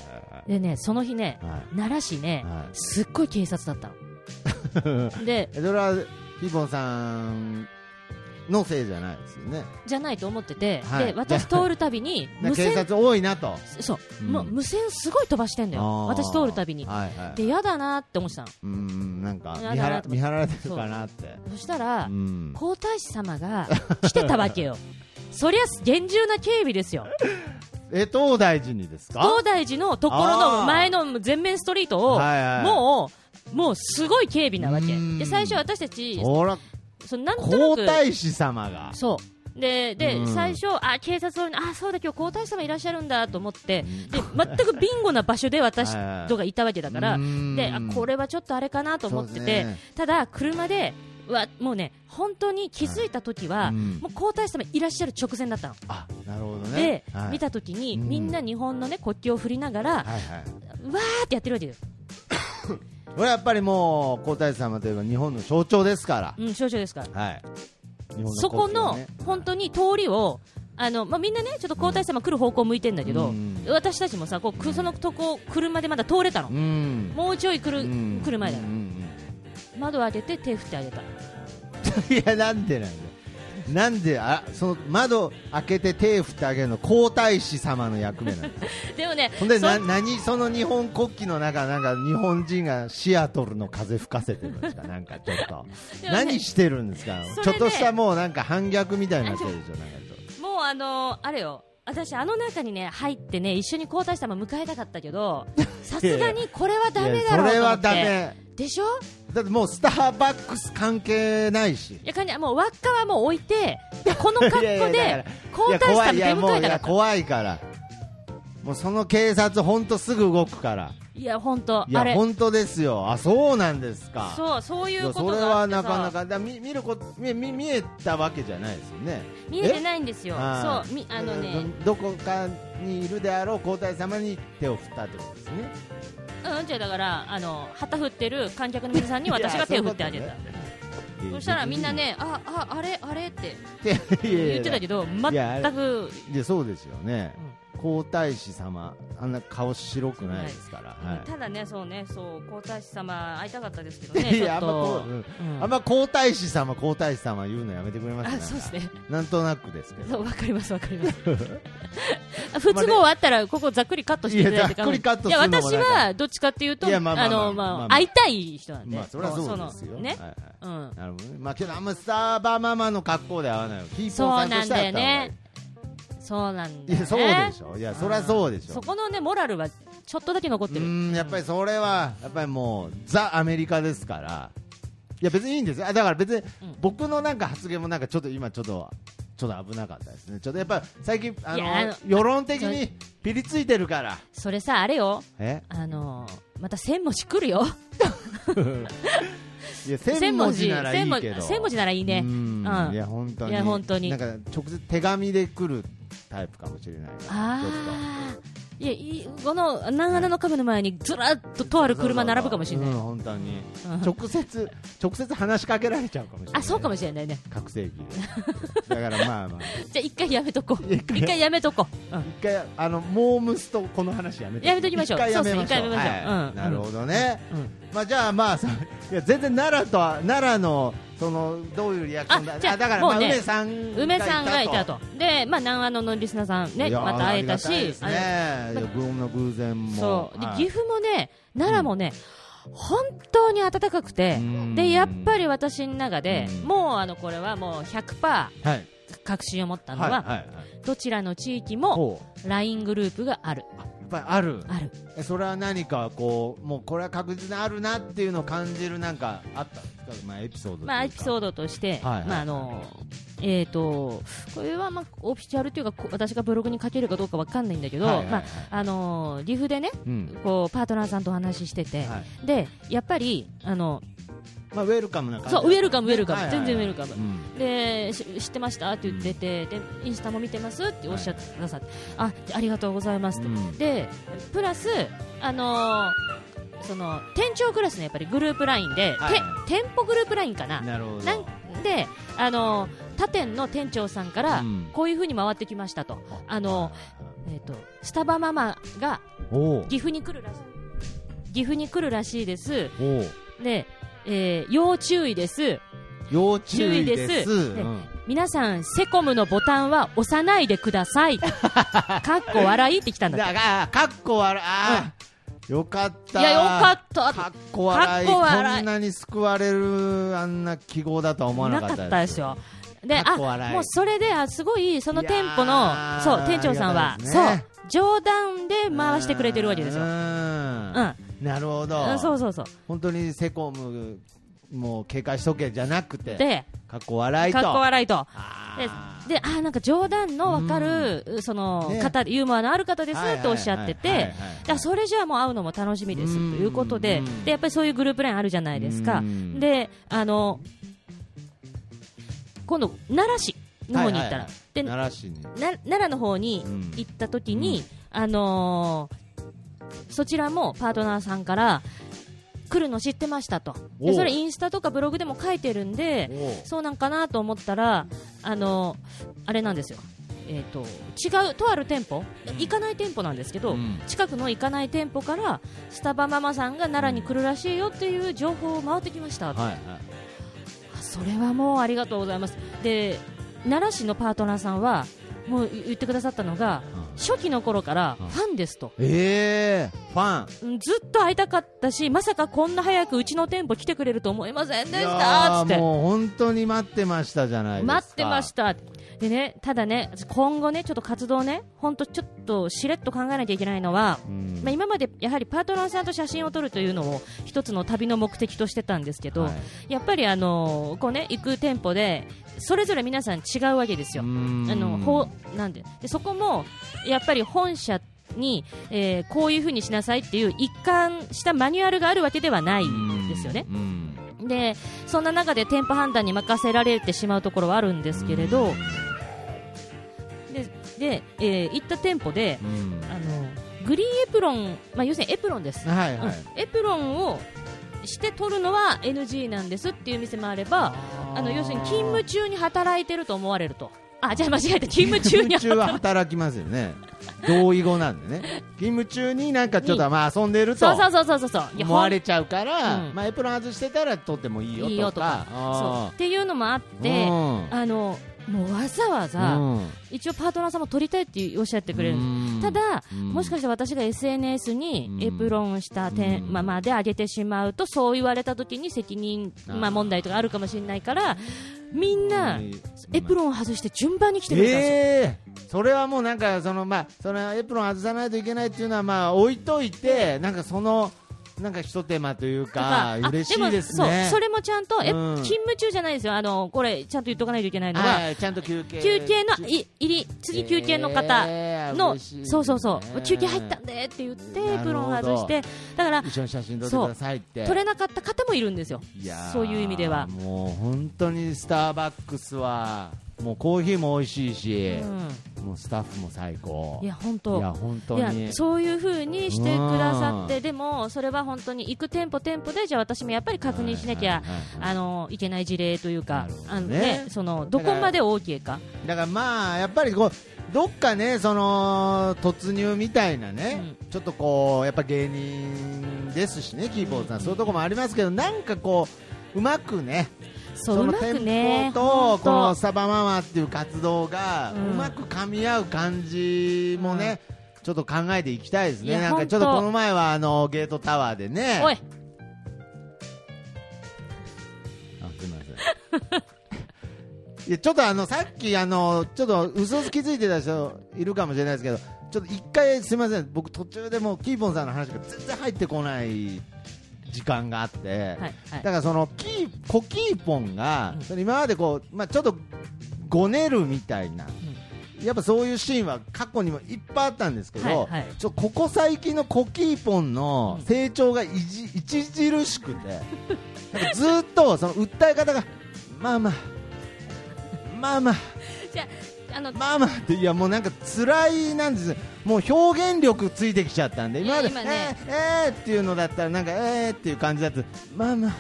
い
でねその日ね、
はい
奈良市ね、
はい
すっごい警察だったの で
えそれはヒボンさんのせいじゃないですよね
じゃないと思ってて、
はい
で私通るたびに無
警
線
察多 いなと
そう、
うん
もう無線すごい飛ばしてんだ
あ
よ
ー
私通るたびに、
はいはい
でやだなって思ってたの
うんなんか
やだ
見張
な
ら
と思
見
って
張られてるかなって
そしたら、
うん
皇太子様が来てた わけよそりゃ厳重な警備ですよ
え東大寺にですか
東大寺のところの前の全面ストリートを
はいはい
もうもうすごい警備なわけ
うん
で最初私たち
ほら
そのなんと
皇
なく
太子様が
そうでで、
うん
最初あ警察をあそうだ今日皇太子様いらっしゃるんだと思って で全くビンゴな場所で私とがいたわけだから
うん
であこれはちょっとあれかなと思って
そう
て、
ですね
ただ車でわもうね本当に気づいた時は、
うん
もう皇太子様いらっしゃる直前だったの。
あなるほどね
で、
はい
見た時に、
うん
みんな日本のね国旗を振りながら、
はいはい
わーってやってるわけですよ、
これやっぱりもう皇太子様といえば日本の象徴ですから、
うん、少々ですから、
はい日本
そこ
国旗は
の
ね
本当に通りをあの、まあ、みんなねちょっと皇太子様来る方向向いてんだけど、
うん
私たちもさこうくそのとこ車でまだ通れたの、
うん
もうちょい来
う
る,、
ん
来る前だ
う
から、
ん
窓を開けて手振ってあげた
うんいやなんでなんだよなんであその窓開けて手振ってあげるの皇太子様の役目なんだよ
でもね
ほんで
そ
な何その日本国旗の中なんか日本人がシアトルの風吹かせてるんですかなんかちょっと、
でもね
何してるんですか、
それね
ちょっとしたもうなんか反逆みたいになってるでしょなんかちょっと
もうあのーあれよ私あの中にね入ってね一緒に皇太子様迎えたかったけ どさすがにこれはダメだろ
いやそれ
うと思
は
って
ダメ
でしょ
だってもうスターバックス関係ないし
いやかんじもう輪っかはもう置いてこの格好
いやいやだ
で
から
皇太子様
いや怖い
出迎え
いやもうい
たか
や
ったい
怖いからもうその警察本当すぐ動くから
や本当
い
あ
や
れ
本当ですよあそうなんですか
そうそうい
や
うこ
そ
と
れ
があ
は
ってさ
なかなかだ見見るこ見見見えたわけじゃないですよね
見えてないんですよ
はい
そうみあのね
どどこかにいるであろう皇太子様に手を振ったってことですね
うんじゃあだからあの旗振ってる観客の皆さんに私が手を振ってあげ
い
た
や
そしたらみんなねあああれあれって
言
言ってたけど
いや
全く
いやそうですよね、皇太子様あんな顔白くないですから、はい
ただね、そうね、そう皇太子様会いたかったですけ ど
い
ね、ちょ
や
っ
あんまこ
と
う、う。ん
うん
あんま皇太子様皇太子様言うのやめてくれます
あそうですね。
なんとなくですけ
そ
ど
うわかりますわかります。 あ不都合あったらここざっくりカットしていただいて構わな
いやざっ
い
くりカットするのもなんか
いや私はどっちかっていうと
い
あ
やまあまあまあ
の
まあま
ま
あ
あ会いたい人なんで。
まあそれはそうですよ
のね
はい。はい
うん。
なるほどねまあけどあんまスターバーママの格好で合わないよキーポン
そ
さ
う
と
んなん
しては
だ
合
よ
った方がい
ね。そうなんだ
いいや
よね。
そうでしょいやそりゃそうでしょ
そこのねモラルはちょっとだけ残っ
う
てる。
ーんやっぱりそれはやっぱりもうザ・アメリカですからいや別にいいんですよあだから別に
うん
僕のなんか発言もなんかちょっと今ちょっとちょっと危なかったですねちょっとやっぱ最近あ
いやあ
の
の
世論的にピリついてるから
それさあれよ。
え
あのまた千文字来るよ。
いや千文字ならいいけど
千文字ならいいね
う。ん
うん
いや本当に
いや本当に
なんか直接手紙で来るタイプかもしれないから
あ
ちょっと
あいやいこの南アナのカフェの前にずらっととある車並ぶかもしれない、
うん本当に
うん
直接直接話しかけられちゃうかもしれない
あそうかもしれないね
覚醒器でだからまあまあ
じゃあ一回やめとこう
一回
一回やめとこう、うん
一回あのモームスとこの話やめて
やめときましょう
一回やめましょう
そうですね一回やめましょう
はい
うん
なるほどね、
うん
まあじゃあまあそいや全然奈良とは奈良のそのどういうリアクションだ
あじゃあ
だから、
もう
まあ
ね
梅さん
梅さんがいたとで、まあ、南アナのリスナーさんね
いや
また会えた
ありがい
し
ですねいや偶の偶然も
そうで
はい
岐阜もね奈良もね、本当に暖かくて
うん
でやっぱり私の中で
うん
もうあのこれはもう100%
はい
確信を持ったの
はい
は、
はい
どちらの地域も
ほう
LINE グループがある
あやっぱりある
ある
えそれは何かこうもうこれは確実にあるなっていうのを感じるなんかあったんですかまあエピソードというか
まあ、エピソードとして、
はいはい
まああのえー、とこれは、まあ、オフィシャルというかこ私がブログに書けるかどうかわかんないんだけど、
はいはいはい
まああの岐阜でね
うん
こうパートナーさんとお話ししてて、
はい
でやっぱりあの
まあウェルカムな感じ
そうウェルカムウェルカム
はいはいは
全
い
然ウェルカム
うん
でし知ってましたって言ってて、でインスタも見てますっておっしゃってくださって、あありがとうございますって、
うん
でプラス、あのーその店長クラスのやっぱりグループラインで、
はい
て店舗グループラインかな
なるほど
なんで、あの他店の店長さんから、
うん
こういうふうに回ってきましたと、あのえー、とスタバママが
おう
岐阜に来るらしい岐阜に来るらしいです、
おう
でえー要注意です、
要注意です
注意です
うん
皆さん、セコムのボタンは押さないでくださ い、かっこ笑いってきたんだっ、
だからかっこ悪いあーよかってた
いや、よかった、
かっこ笑い
かっこ笑い
こんなに救われるあんな記号だとは思わな
な
か
か
っ
ったた
で
ですすよ。で、
かっこ笑
あ
い
もうそれで、あすごい、その店舗
い
の
やー、
そう、店長さんは
あ、り
そ、
がたいう
冗談で回してくれてるわけですよ。
うん
う
なるほど
うんそうそうそう
本当にセコムもう警戒しとけじゃなくて
で
かっこ笑いと
かっこ笑いと
あー
でであーなんか冗談の分かる、その
ね
方、ユーモアのある方です
はいはい
ねとおっしゃって
はいはいは
て
いはい、
だからそれじゃあもう会うのも楽しみですと
うん
いうことで
うん
で、やっぱりそういうグループラインあるじゃないです
う
か
ん、
であの今度、奈良市の方に行った
はいはいはい、
らでな
奈良市に
奈良の方に
うん
行った時に、あのーそちらもパートナーさんから来るの知ってましたと、
お
で
う
それ、インスタとかブログでも書いてるんで。
おう
そうなんかなと思ったら、あのあれなんですよ、えー、と違う、とある店舗、行かない店舗なんですけど、
うん
近くの行かない店舗から、スタバママさんが奈良に来るらしいよっていう情報を回ってきました、
はいはい
あそれはもうありがとうございます、で奈良市のパートナーさんは、もう言ってくださったのが、初期の頃から
うん
ファンですと。
ええファン
うんずっと会いたかったし、まさかこんな早くうちの店舗来てくれると思いませんでし
い
た
や
つっ
ー
て。
もう本当に待ってましたじゃないですか
待ってましたでねただね今後ねちょっと活動ね本当ちょっとしれっと考えなきゃいけないのは、
うん
まあ、今までやはりパートナーさんと写真を撮るというのを一つの旅の目的としてたんですけど、
はい
やっぱりあのーこうね行く店舗でそれぞれ皆さん違うわけですよ
うーん
あのほうなんででそこもやっぱり本社に、えーこういうふうにしなさいっていう一貫したマニュアルがあるわけではないんですよね。
うん
でそんな中で店舗判断に任せられてしまうところはあるんですけれど、でで、えー行った店舗で
う、ん
あのグリーンエプロン、まあ、要するにエプロンです、
はいはい
うんエプロンをして取るのは NG なんですっていう店もあればあの要するに勤務中に働いてると思われると。あじゃあ間違えた勤務中に
勤務中は働きますよね同意後なんでね勤務中になんかちょっとまあ遊んでると
そうそうそうそうそうそういや
思われちゃうから、
うん
まあ、エプロン外してたら取ってもいいよとか
いいよとかそう
あ
っていうのもあっ
ー
て
うん
あのもうわざわざ、
うん
一応パートナーさんも撮りたいっておっしゃってくれる
うん
ただ、
うん
もしかして私が SNS に
うん
エプロンした
う
点
ん
まあまあで上げてしまうとそう言われた時に責任
あー
まあ問題とかあるかもしれないからみん
う
なんエプロンを外して順番に来てくれたんですよ、
ええそれはもうなんかそのまあそのエプロン外さないといけないっていうのはまあ置いといてなんかそのなんかひと手間という
とか
か嬉しいです
あも
ね
そうそれもちゃんと、え
うん
勤務中じゃないですよあのこれちゃんと言っとかないといけないのは、
はいちゃんと休憩
休憩のい入り次休憩の方
えー
の、
嬉しいですね
そうそうそう休憩入ったんでって言って
なるほど
エプロン外してだから
一緒に写真撮ってくださいって
取れなかった方もいるんですよ
いやー
そういう意味では。
もう本当にスターバックスはもうコーヒーも美味しいし、
う
もうスタッフも最高
いや本当
いや本当
い
に
やそういうふうにしてくださってでもそれは本当に行く店舗店舗でじゃあ私もやっぱり確認しなきゃ、
はいはいはいはい
あのいけない事例という
な
か
るほどね
あの、ね、そのどこまで OK か
だからまあやっぱりこうどっかねその突入みたいなね、ちょっとこうやっぱ芸人ですしねキーボーズさん、そういうとこもありますけどなんかこううまくね
そうう
の
まく
店
ね
舗とこの
本
サバママっていう活動がう
うん
まく噛み合う感じもね、ちょっと考えていきたいです
い
ね
や
なんかちょっとこの前はあのゲートタワーでね
当おい
あすみません いやちょっとあのさっきあのちょっと嘘つ気づいてた人いるかもしれないですけどちょっと一回すみません僕途中でもうキーボンさんの話が全然入ってこない時間があって、
はいは
だ
い
からそのキーコキーポンが、
うん
その今までこう、まあ、ちょっとごねるみたいな、やっぱそういうシーンは過去にもいっぱいあったんですけど、
はいはい
ちょここ最近のコキーポンの成長がいじ著しくて なんかずっとその訴え方がまあまあまあまあ
じゃああの
まあまあっていやもうなんか辛いなんですもう表現力ついてきちゃったんで
い
今ま
や
で、
今ね
えーえーっていうのだったらなんかえーっていう感じだとまあまあ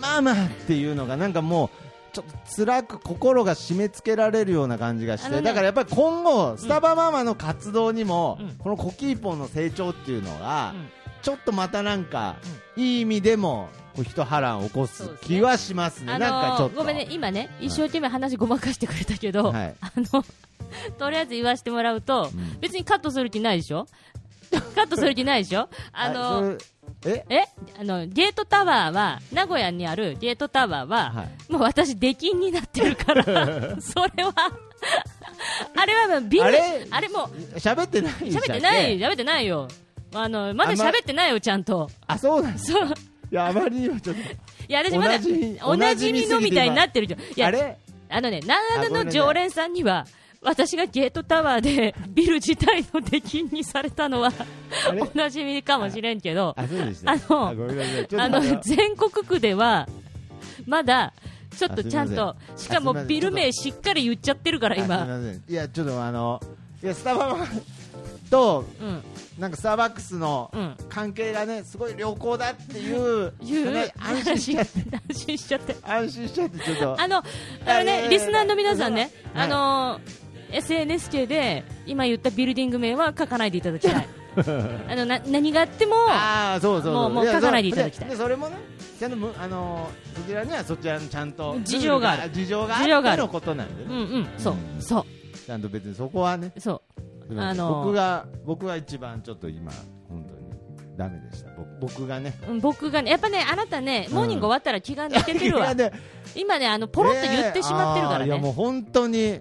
まあまあっていうのがなんかもうちょっと辛く心が締め付けられるような感じがし
あ
て、
のね
だからやっぱり今後スタバママの活動にも、
うん
このコキーポンの成長っていうのが、
うん
ちょっとまたなんか、いい意味でもこう一波乱を起こす
そうですね
気はしますね
あ
なんかちょ
の
っと
ごめんね今ね一生懸命話ごまかしてくれたけど、
はい
あの とりあえず言わせてもらうと、
ん
別にカットする気ないでしょカットする気ないでしょあの、
はいそれえ
えあのゲートタワーは名古屋にあるゲートタワーは、
は
もう私出禁になってるから それはあれはもうビル
あれ
あれもう
喋ってないんでしたっ
喋っ
け
てない喋ってないよあのまだ
あんま
喋ってないよちゃんと
あそうなんです
そう
いやあまりにもちょっと
いや私まだ
おなじみ
おなじみのみたいになってるじゃんいや
あれ
あのね、長
あごめ
野
ん
の
なさい
常連さんには、私がゲートタワーでビル自体の出禁にされたのは
れ
おなじみかもしれんけど、
あそうでした
あの
ごめんなさいちょっと
あ
あ
の
の
全国区ではまだちょっとちゃん
あ
と、し
あす
か
いませ
も
ん
ビル名しっかり言っちゃってるから、
あす
今、
いませんいやちょっとあのいやスタバのと
うん、
なんかスターバックスの
うん
関係がねすごい良好だっていう
言
の
う
で、安心しちゃっ
安心安
て
心しちゃ って、
安心しちゃってちょっと
あの、あ
や
の
いやいや
ね、リスナーの皆さんね、
はい
あのー SNS 系で今言ったビルディング名は書かないでいただ きたい。あのな何があっても
ああそうそうそう
もうもう
や
書かないでいただきたい
でそれもねちゃんとむあのーそちらにはそちらのちゃんと
事情がある
事情が
事情が
あ
あ
って
る
のことなんで
う
ね、
んうん、そう、そ
ちゃんと別にそこはね
う、そう。
すいません
あのー
僕が僕が一番ちょっと今本当にダメでした僕僕がね
うん僕がね、やっぱね、あなたね、
うん
モーニング終わったら気が抜けてる
いや
わ。
ね
今ね、あの、ポロッと言ってしまってるか
えーあ
ら
ーいやも
ね。
う本当に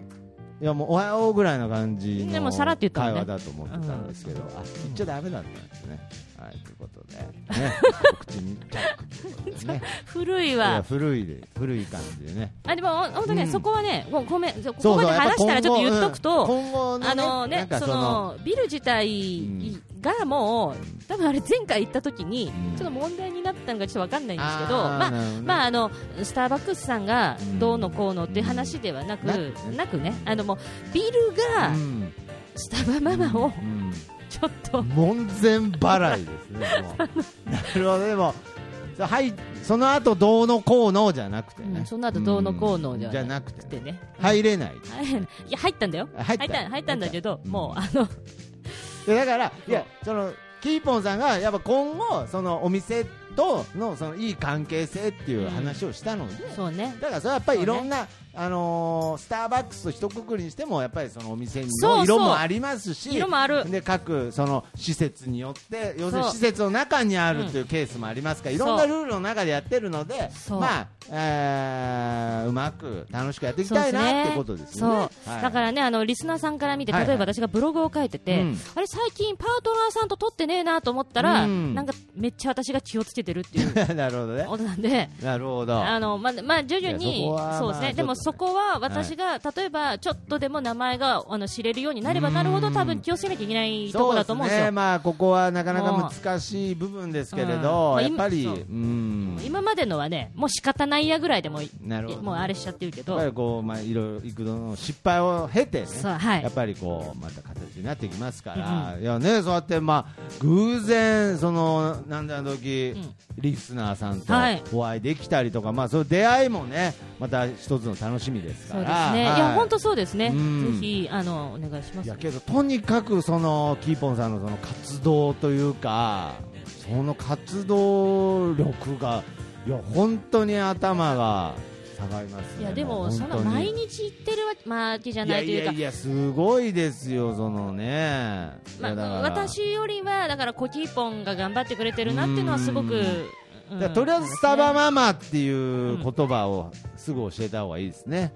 いやもうおはようぐらいの感じ
で
の
もさらっと言った
会
もん
話
ね
だと思ってたんですけど、あ言っちゃダメだったんですね。はいということで、ね、お口にチャック、ね、
古い
いや
わ。
古いで古い感じでね。
あ、でも、ほんほんとね、
うん
そこはね、ごごめん、そうこ
そ
こ
う
ま
そう
で話したらちょっと
や
言っ
ぱ
とくと、
今後うん
あ
今後
の
のねな
ね
ん、か
そ
その
の、ビル自体
うん
がもう、多分あれ前回行った時に
うん、
ちょっと問題になったのがちょっとわかんないんですけど、
あー
まあ
なるほどね、
まああのスターバックスさんが
うん
どうのこうのっていう話ではなく、
なくね
なくね、あのもうビルが
うん
スタバママを
うん
ちょっと
門前払いですね。もうなるほどでも。そうはい、その後どうのこうのじゃなくてね、
うんその後どうのこうのじゃ
んじゃなくてね、
ってね、
入れない
入れないいや入ったんだよ、
入った
入った入ったんだけど、
うん
もうあの
でだからいやそのキーポンさんがやっぱ今後そのお店とのそのいい関係性っていう話をしたので、
そうね、
だからそれはやっぱりいろんな、あのースターバックスと一括りにしてもやっぱりそのお店
そうそ
の
う
色もありますし
色もある、
で各その施設によって要するに
そう
施設の中にあるというケースもありますからいろんなルールの中でやってるので
そう
まあ、えーうまく楽しくやっていきたいなってことです
そう
よね。はい
だからねあのリスナーさんから見て、
はい
例えば私がブログを書いてて、
うん
あれ最近パートナーさんと撮ってねえなと思ったら、
うん
なんかめっちゃ私が気をつけてるっていう
なるほどね。
ことな んで。
なるほど。
あのまあまあ、徐々
いや
に
そこは
そうです
まあ
ねでも
ちょ
そ
っ
こは私が、例えばちょっとでも名前があの知れるようになればなるほ
う
ど
ん
多分気をつけなきゃいけないと
そ
こ
う
ろ
で
だ
す
と思うんですよ
ね、まあ、ここはなかなか難しい部分ですけれど、
もう
やっぱり、
そう
うん、
今までのはねもう仕方ないやぐらいでもい
なるほど、
もうあれしちゃってるけ
や
ど
っぱりこう、まあ、いろいろ幾度の失敗を経てね、
そうはい
やっぱりこうまた形になってきますから、いやね、そうやって、まあ、偶然、そのなんだの時、リスナーさんと
はい
お会いできたりとか、まあ、そういう出会いもね、また一つの楽しみですか
そう
ら。
ですね、、
はい
や本当そうですねぜ
うん
ひあのお願いしま
い
す
やけどとにかくそのキーポンさんのその活動というかその活動力がいや本当に頭が下がりますね
いやで
う
も
本
そんな
当に
毎日行ってるわけ,、まあ、わけじゃないというか
やいやいやすごいですよそのね、
まあ
いやだから
私よりはだからコキーポンが頑張ってくれてるなっていうのはすごく、うん
だからとりあえずスタバ
あ
ママっていう言葉をすぐ教えた方がいいですね、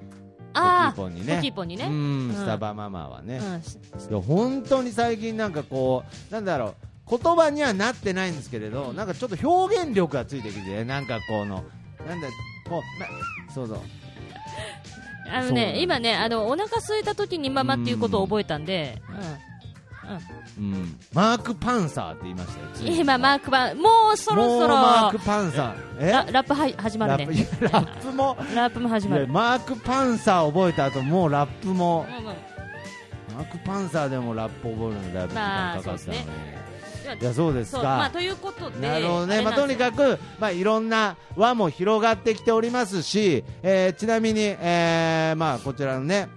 あ
コキーポンにね
コキーポンにね、
う
うん
ん
ん
スタバママはね、
し
いや本当に最近なんかこうなんだろう言葉にはなってないんですけれど、なんかちょっと表現力がついてきてねなんかこのなんだこう、ま、そうそうそうな
あの
んです
ね
よ
今ねあのお腹空いた時にママっていうことを覚えたんで、
うん、マークパンサーって言いましたよつ
うん
い
今マークバンもうそろ
もう
そろ
マークパンサーえ
ララップは始ま
ラ
る
ップ
ね
いやラップも
ラップも始
い
ま
や
る
マークパンサー覚えた後もうラップも
うんうん
マークパンサーでもラップ覚えるのだいぶ時間かかったのに、
ま
いやそうです
そ
か
うまあ、ということで、
なるほどね、まあ、
れな
と
んで
に
すよ
かく、まあ、いろんな輪も広がってきておりますし、えーちなみに、えーまあ、こちらのね、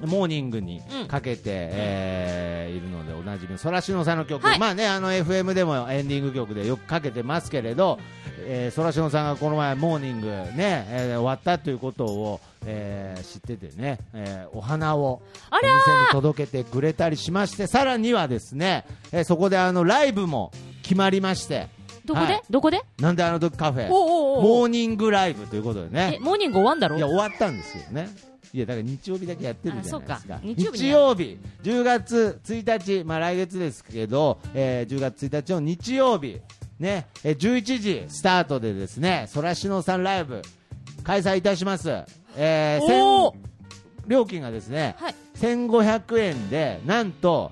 モーニングに
うん
かけて、えーいるのでおなじみ、そらしのさんの曲、
はい
まあね、あの FM でもエンディング曲でよくかけてますけれど、えーそらしのさんがこの前、モーニングね、えー終わったということを、えー知っててね、えーお花をお
あ
店
らー
に届けてくれたりしまして、さらにはですね、えーそこであのライブも決まりまして。
どこで、
はい
どこで
なんであの時カフェ
おうおうおう
モーニングライブということで
え
ね
モーニング終わんだろ
いや終わったんですよねいやだから日曜日だけやってるじゃないですか
あそうか
日
日
曜
曜
日
日
10月1日、まあ、来月ですけど、えー10月1日の日曜日、ねえー11時スタートでですねそらしのさんライブ開催いたします、えー
おー
せん料金がですね、
はい
1500円でなんと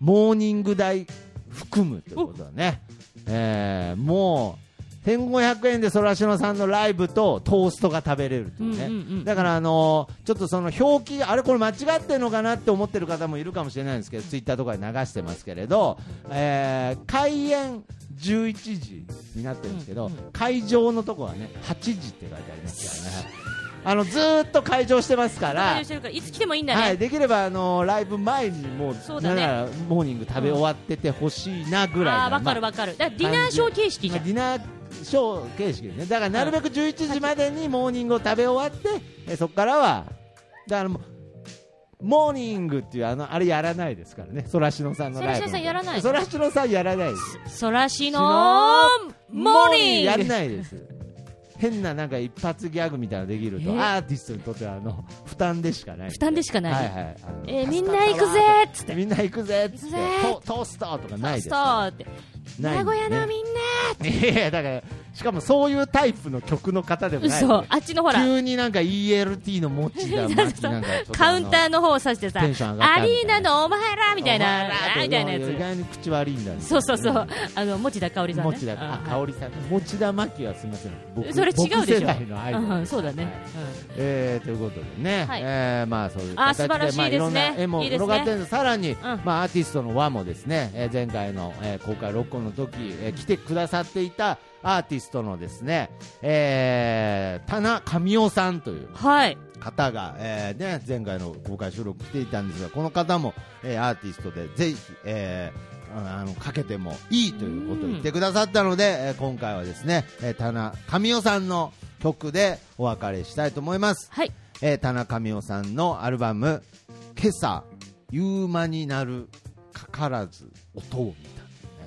モーニング代含むということだね、えーもう1500円でそらしのさんのライブとトーストが食べれるというね、
うんうんうん
だから、あのーちょっとその表記、あれ、これ間違ってるのかなって思ってる方もいるかもしれないんですけど、ツイッターとかで流してますけれど、えー開演11時になってるんですけど、
うんう
会場のとこはね、8時って書いてありますからね。あのずーっと会場してますか
対
ら
応し、てるからいつ来てもいいんだね、
はい、できればあのーライブ前にもう
そうだね
なんならモーニング食べ終わっててほしいなぐらい
ああ
な
分かる分かるだからディナーショー形式じゃ
ま
ん
あディナーショー形式ですねだからなるべく11時までにモーニングを食べ終わって、えそこからはだからもうモーニングっていうあのあれやらないですからねそらしのさんのライブ
そらしのさんやらない
そらしのさんやらないです
そらしのモーニ
や
ン
ら
グ
ないです変ななんか一発ギャグみたいなのできると、
え
アーティストにとってはあの負担でしかない
負担でしかない
はいはいあの
えー
助
みん
か
な
ったわ
行くぜーっつって
みんな行くぜっつっ
行く
て
ぜー
トトーストとかないです
そうって
ない
名
んで
古
ね
屋のみんない
やいやだからしかもそういうタイプの曲の方でもない、
嘘あっちのほら
急になんか ELT の持ち だマキなんかちょっと
カウンターの方を指してさ
テンション上がった
アリーナのお前らみたい
お前
な
ら
あーみたいなや
意
つ
外に口悪いんだね
そうそうそうあの持田香織さんね
持田あ香織さん持田真希はすみません僕
それ違うでしょ
僕世代のアイドル
うんそうだね
はいえーということでね、
はい
えーまあそういう
あー
形で
素晴らしい
まあ、いろん
です
な
ね
絵も
いいですね
広がってるんでさらに、まあアーティストの輪もですね、えー前回の、えー公開6個の時、えー来てくださっていたアーティストのですね、えー、田中神夫さんという
はい
方が、えーね、前回の公開収録来ていたんですがこの方も、えーアーティストでぜひ、えーああのかけてもいいということを言ってくださったので、えー今回はですね、えー、田中神夫さんの曲でお別れしたいと思います、
はい
えー、田中神夫さんのアルバム「今朝夕間になるかからず音を見た」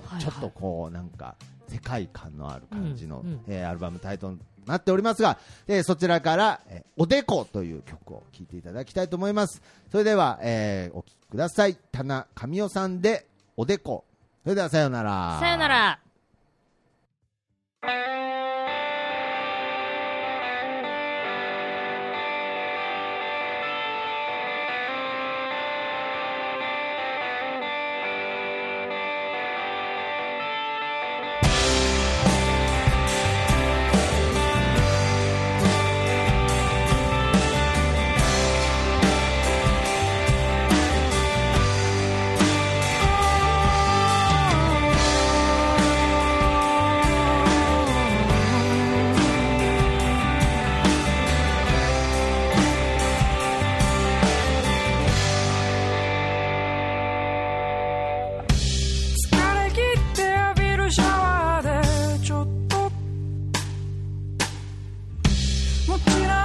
はいはい
ちょっとこうなんか世界観のある感じの、
うんうん
えーアルバムタイトルになっておりますが、えーそちらから、えーおでこという曲を聴いていただきたいと思います。それでは、えーお聴きください。田中神夫さんで、おでこ。それではさようなら。
さよな。ら
疲れ切って浴びるシャワーでちょっと持ち直